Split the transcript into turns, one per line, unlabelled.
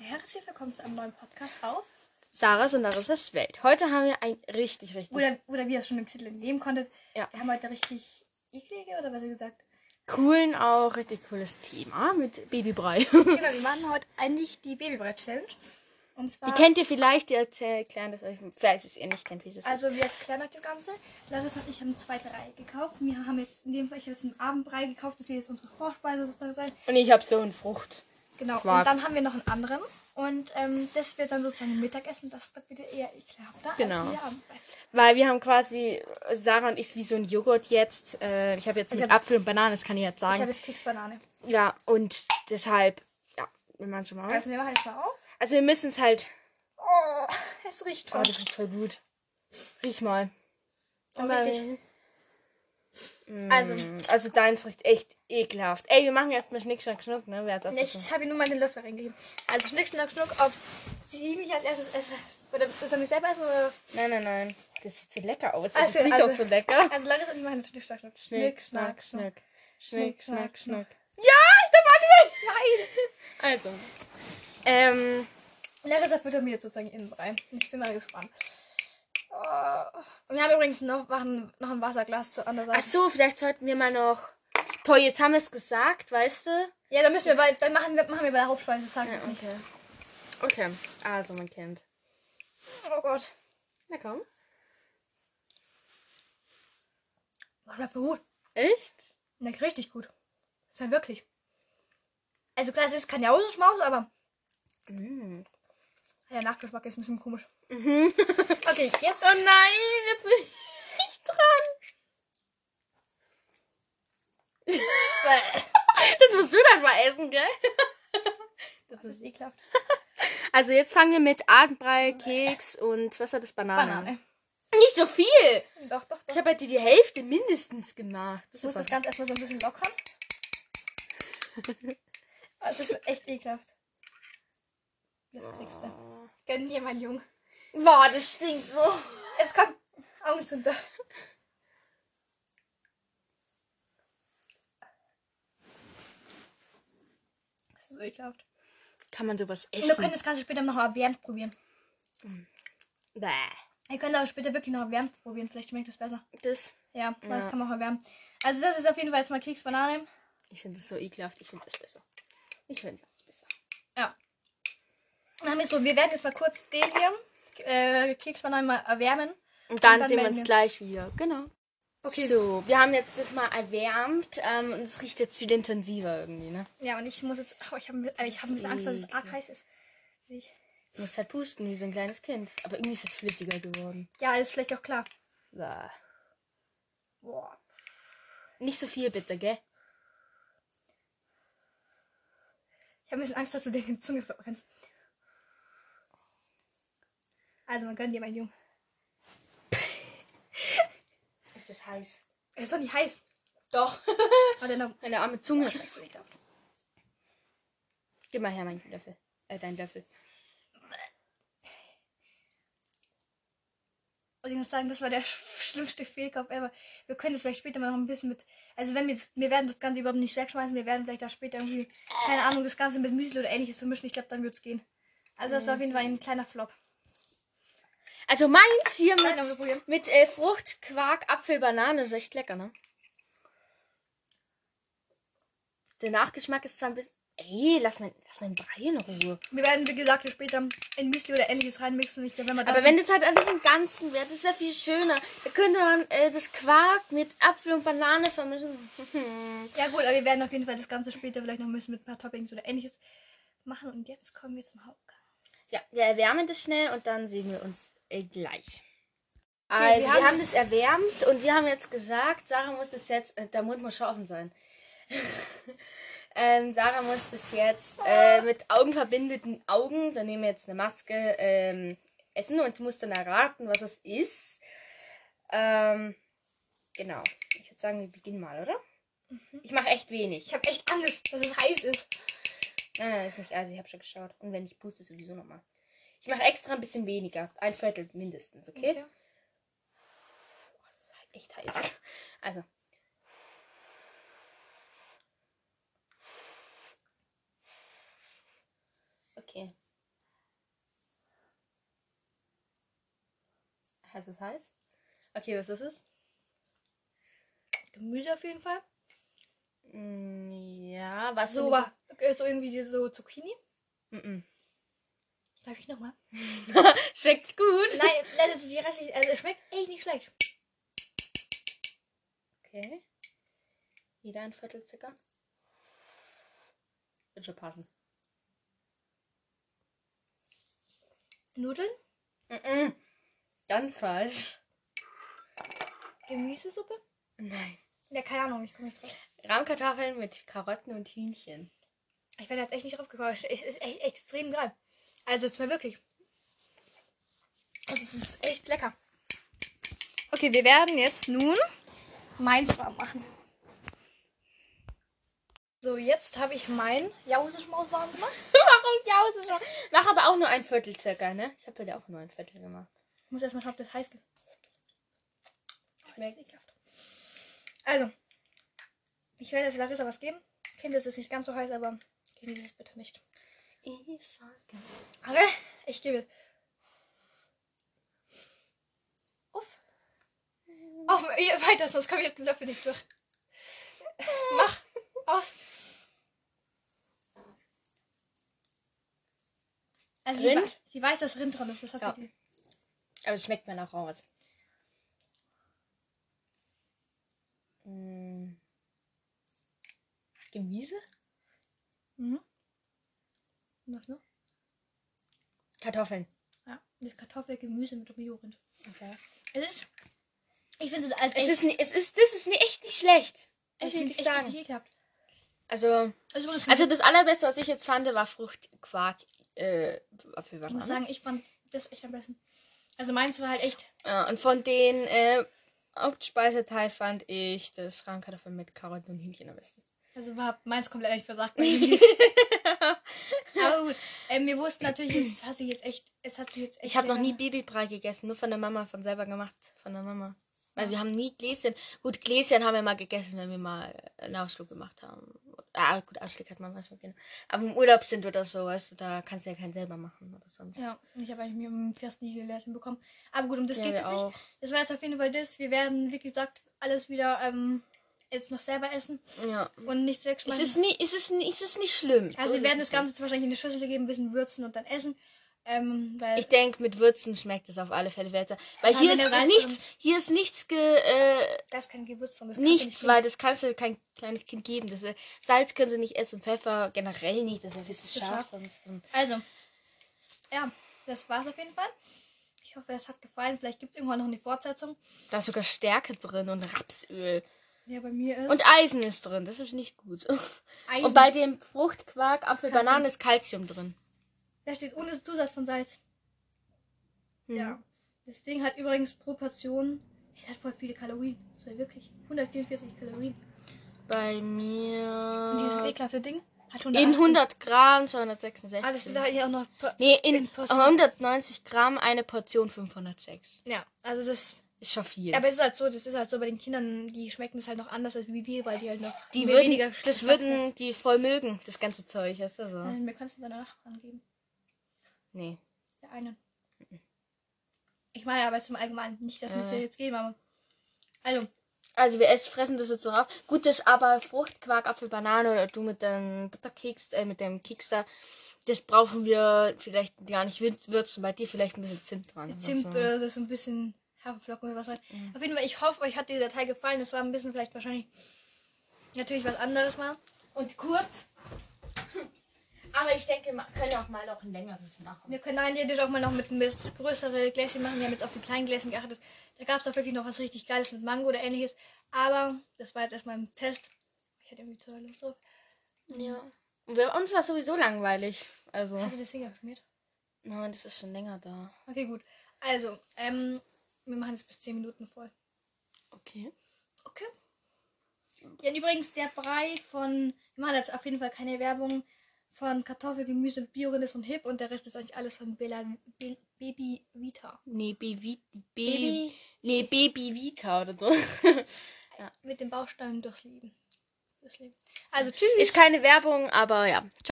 herzlich willkommen zu einem neuen Podcast auf.
Sarahs und Larissas Welt. Heute haben wir ein richtig, richtig
Oder, oder wie ihr es schon im Titel entnehmen konntet,
Ja.
wir haben heute richtig eklige, oder was ihr gesagt
coolen, auch richtig cooles Thema mit Babybrei.
Genau, wir machen heute eigentlich die Babybrei-Challenge. Und zwar,
Die kennt ihr vielleicht, die erklären das euch, falls ihr es eh nicht kennt, wie es ist.
also wir erklären euch das Ganze. Larissa und ich haben zwei Brei gekauft. Wir haben jetzt, in dem Fall, ich habe jetzt einen Abendbrei gekauft, das wird jetzt unsere Vorspeise sozusagen sein.
und ich habe so einen Frucht.
Genau, und
Quark.
dann haben wir noch einen anderen. Und ähm, das wird dann sozusagen Mittagessen. Das wird wieder eher ekelhafter
Genau.
als der Abendbrei.
Weil wir haben quasi, Sarah und ich, wie so ein Joghurt jetzt. Äh, ich habe jetzt mit
hab-
Apfel und Banane, das kann ich jetzt
Ich habe
sagen.
jetzt Keksbanane.
ja, und deshalb, ja, wir machen schon mal.
Also wir machen jetzt mal auf.
Also wir müssen es halt,
Oh, es riecht
oh,
toll.
das riecht voll gut. Riech mal.
Oh, richtig. Also,
Also deins riecht echt ekelhaft. Ey, wir machen erstmal Schnick, Schnack, Schnuck, ne? Wer hat's erst
ich, ich habe ihm nur meine Löffel reingegeben. Also schnick, schnack, schnuck, ob sie mich als erstes essen. Oder soll ich selber essen? Oder?
Nein, nein, nein. Das sieht so lecker aus.
Also,
das riecht
also-
auch so lecker.
Also Larissa und ich machen schnick, schnack, schnuck. Schnick, schnack, schnuck.
Schnick, schnack,
schnack, schnuck.
schnuck. Ja, ich darf anwählen! Nein! Also. Ähm,
Larissa füttert mir jetzt sozusagen innen rein. Ich bin mal gespannt. Oh. Und wir haben übrigens noch, machen noch ein Wasserglas zur anderen Seite.
ach so, vielleicht sollten wir mal noch. Toll, jetzt haben wir es gesagt, weißt du?
Ja, dann müssen wir bei, dann machen wir, machen wir bei der Hauptspeise, das sagen wir jetzt nicht.
Okay. Okay, also mein Kind.
Oh Gott.
Na komm.
Was bleibt für gut?
Echt?
Na, richtig gut. Ist ja wirklich. Also klar, es ist kein Jausenschmaus, aber der Nachgeschmack ist ein bisschen komisch. okay, jetzt.
Oh nein, jetzt bin ich dran. Das musst du dann mal essen, gell?
Das ist ekelhaft.
Also jetzt fangen wir mit Abendbrei, Keks und was war das? Banane.
Banane.
Nicht so viel.
Doch, doch, doch.
Ah, Ich habe heute die Hälfte mindestens gemacht. Das
Ich muss das
ist voll-
Ganze erstmal so ein bisschen lockern. Ah, Das ist echt ekelhaft. Das kriegst du. Gönn dir, mein Junge.
Boah, das stinkt so.
Es kommt. Augen zu. Das ist so ekelhaft.
Kann man sowas
Und wir können
essen?
das Ganze später noch erwärmt probieren.
Bäh.
Wir können aber später wirklich noch erwärmt probieren. Vielleicht schmeckt das besser.
Das.
Ja, weil das kann man auch erwärmen. Also das ist auf jeden Fall jetzt mal Keksbanane.
Ich finde das so ekelhaft. Ich finde das besser. Ich finde das besser.
Ja. Dann haben wir so, wir werden jetzt mal kurz den hier, äh, Keksbanane mal erwärmen.
Und dann,
Und dann
sehen wir
melden
uns
wir-
gleich wieder. Genau.
Okay.
So, wir haben jetzt das mal erwärmt ähm, und es riecht jetzt viel intensiver irgendwie, ne?
Ja, und ich muss jetzt, oh, ich habe äh, ich hab ein bisschen Angst, dass es arg heiß ist. Ich,
Du musst halt pusten wie so ein kleines Kind. Aber irgendwie ist es flüssiger geworden.
ja, ist vielleicht auch klar.
Bäh.
Boah.
Nicht so viel bitte, gell?
Ich habe ein bisschen Angst, dass du dir die Zunge verbrennst. Also, man gönnt dir, mein Junge.
Es ist heiß.
Es ist doch nicht heiß.
Doch.
Aber dennoch
Meine arme Zunge.
schmeckt so ekelhaft.
Gib mal her meinen Löffel. Äh, deinen Löffel.
Und ich muss sagen, das war der sch- schlimmste Fehlkauf ever. Wir können es vielleicht später mal noch ein bisschen mit. Also, wenn wir jetzt. Wir werden das Ganze überhaupt nicht wegschmeißen. Wir werden vielleicht da später irgendwie. Keine Ahnung, das Ganze mit Müsli oder ähnliches vermischen. Ich glaube, dann wird's gehen. Also, das war auf jeden Fall ein kleiner Flop.
Also meins hier
Nein, aber wir probieren.
mit, mit äh, Frucht, Quark, Apfel, Banane ist echt lecker, ne? Der Nachgeschmack ist zwar ein bisschen. Ey, lass mein, lass mein Brei in Ruhe.
Wir werden, wie gesagt, das später in Müsli oder ähnliches reinmixen. Ich glaube, wenn wir das.
Aber wenn das halt an diesem Ganzen wäre, das wäre viel schöner. Da könnte man äh, das Quark mit Apfel und Banane vermischen.
ja, gut, aber wir werden auf jeden Fall das Ganze später vielleicht noch ein bisschen mit ein paar Toppings oder ähnliches machen. Und jetzt kommen wir zum Hauptgang.
Ja, wir erwärmen das schnell und dann sehen wir uns äh, gleich.
Okay,
Also,
wir
wir
haben-
haben, das erwärmt und wir haben jetzt gesagt, Sarah muss das jetzt, äh, der Mund muss schon offen sein. ähm, Sarah muss das jetzt
Ah.
äh, mit augenverbindeten Augen, da nehmen wir jetzt eine Maske, ähm, essen und muss dann erraten, was es ist. Ähm, genau. Ich würde sagen, wir beginnen mal, oder?
Mhm.
Ich mache echt wenig.
Ich habe echt Angst, dass es heiß ist.
Nein, nein, ist nicht. Also ich habe schon geschaut. Und wenn ich puste, sowieso nochmal. Ich mache extra ein bisschen weniger. Ein Viertel mindestens, okay?
Okay.
Boah, das ist halt echt heiß. Also. Okay. Heißt es heiß? Okay, was ist es?
Gemüse auf jeden Fall.
Mm, ja, was
So, war, so irgendwie diese- so Zucchini.
Mm
Sag ich nochmal.
-mm. Schmeckt's gut.
Nein, nein, das ist die restliche. Also, es schmeckt echt nicht schlecht.
Okay. Wieder ein Viertel Zucker. Wird schon passen.
Nudeln,
Mm -mm. Ganz falsch.
Gemüsesuppe.
Nein.
Ja, keine Ahnung, ich komme nicht drauf.
Rahmkartoffeln mit Karotten und Hühnchen.
Ich werde jetzt echt nicht drauf gekommen. Es ist echt extrem geil. Also, jetzt mal wirklich. Also, es ist echt lecker. Okay, wir werden jetzt nun meins warm machen. So, jetzt habe ich mein Jausenschmaus warm gemacht.
Warum ja, ist schon? Mach aber auch nur ein Viertel circa, ne? Ich habe heute auch nur ein Viertel gemacht.
Ich muss erstmal schauen, ob das heiß geht. Schmeckt. Also, ich werde jetzt Larissa was geben. Kind, es ist nicht ganz so heiß, aber genieße es bitte nicht.
Ich sage.
Okay, ich gebe jetzt. Uff. Auf, eh, weiter, sonst komme ich auf den Löffel nicht durch. Mach aus. Also sie,
Rind?
wei- sie weiß, dass Rind dran ist. Das hat
Ja.
sie ge-
Aber es schmeckt man auch raus. Mm. Gemüse?
mhm. Was noch?
Kartoffeln.
Ja, das Kartoffelgemüse mit Rio-Rind.
Okay.
Es ist. Ich finde es als
Es
echt-
ist, ni- es ist, das ist ni- echt nicht schlecht.
es
Muss
ist
ich
echt
wirklich sagen.
nicht ekelhaft.
Also,
Also, übrigens,
also das allerbeste, was ich jetzt fand, war Fruchtquark. Äh,
ich muss
Apfelbanane.
sagen, ich fand das echt am besten. Also meins war halt echt
Ja, und von den äh, Hauptspeiseteil fand ich das Rahmkartoffeln mit Karotten und Hühnchen am besten.
Also war meins komplett echt versagt. Aber gut, ähm, wir wussten natürlich, es hat sich jetzt echt, es hat sich jetzt echt
Ich habe noch
sehr-
nie Babybrei gegessen, nur von der Mama, von selber gemacht, von der Mama. Weil wir haben nie Gläschen. Gut, Gläschen haben wir mal gegessen, wenn wir mal einen Ausflug gemacht haben. Ah, gut, Ausflug hat man was mit Aber im Urlaub sind oder so, weißt du, da kannst du ja keinen selber machen oder sonst.
Ja, ich habe eigentlich mir um im Fest nie Gelehrten bekommen. Aber gut, um das
Ja,
geht
wir
es
auch.
nicht. Das war jetzt auf jeden Fall das. Wir werden, wie gesagt, alles wieder ähm, jetzt noch selber essen
Ja.
und nichts
Es
wegschmeißen.
ist, nie, es, ist, nie, es ist nicht schlimm.
also wir
ist
werden
es
das Ganze jetzt wahrscheinlich in eine Schüssel geben, ein bisschen würzen und dann essen. Ähm, weil
nicht. Ich denke, mit Würzen schmeckt es auf alle Fälle besser. Weil
Ja,
hier
wenn
ist,
der Reis
nichts, hier ist nichts, ge, äh,
da ist kein Gewürz drin. das kannst du
nichts,
nicht
weil das kannst du kein kleines Kind geben. Das, äh, Salz können sie nicht essen, Pfeffer generell nicht. Das ist ein bisschen
zu
scharf
scharf.
sonst. Und
Also, ja, das war's auf jeden Fall. Ich hoffe, es hat gefallen. Vielleicht gibt es irgendwann noch eine Fortsetzung.
Da ist sogar Stärke drin und Rapsöl.
Ja, bei mir ist.
Und Eisen ist drin. Das ist nicht gut.
Eisen.
Und bei dem Fruchtquark, Apfel,
Kalzium.
Banane ist Kalzium drin.
da steht ohne Zusatz von Salz.
Hm.
Ja. Das Ding hat übrigens pro Portion. Es hat voll viele Kalorien. Das war wirklich 144 Kalorien.
Bei
Und dieses
mir.
ekelhafte Ding hat
Ah. In
180.
100 Gramm
Ah, das steht
266.
da hier auch noch. per-
Nee, in
in Portion.
190 Gramm eine Portion 506.
Ja, also das.
Ist schon viel.
Aber es ist halt so, das ist halt so bei den Kindern, die schmecken es halt noch anders als wie wir, weil die halt noch.
die
wir
würden, das
Geschmack-
würden die voll mögen, das ganze Zeug. Weißt du so?
Nein, Wir können es deiner Nachbarn geben.
Nee.
Der eine.
Mhm.
Ich meine aber zum Allgemeinen. Nicht, dass wir es
Äh.
dir jetzt geben, aber. Also,
Also wir essen, fressen das jetzt so rauf. Gut, das aber Fruchtquark, Apfel, Banane oder du mit deinem Butterkeks, äh, mit deinem Keks da, das brauchen wir vielleicht gar nicht würz- würzen, bei dir vielleicht ein bisschen Zimt dran. oder
Zimt
so.
oder so so ein bisschen Haferflocken oder was rein. Auf jeden Fall, ich hoffe, euch hat dieser Teil gefallen. Das war ein bisschen vielleicht wahrscheinlich natürlich was anderes mal.
Und kurz. Aber ich denke, wir können auch mal noch ein längeres machen.
Wir können rein theoretisch auch mal noch mit ein bisschen größere Gläschen machen. Wir haben jetzt auf die kleinen Gläschen geachtet. Da gab es doch wirklich noch was richtig Geiles mit Mango oder ähnliches. Aber das war jetzt erstmal ein Test. Ich hatte irgendwie total Lust drauf.
Ja. Und wir, uns war sowieso langweilig. Also.
Hast du das Ding geschmiert?
Nein, das ist schon länger da.
Okay, gut. Also, ähm, wir machen jetzt bis 10 Minuten voll.
Okay.
Okay. Denn übrigens der Brei von, wir machen jetzt auf jeden Fall keine Werbung, von Kartoffel, Gemüse, Biorin ist von Hip und der Rest ist eigentlich alles von Bella, Be, Baby Vita.
Nee, Baby. Baby.
Baby
Nee, Baby Vita oder so.
mit den Bausteinen durchs Leben. Durchs Leben. Also tschüss.
ist keine Werbung, aber ja.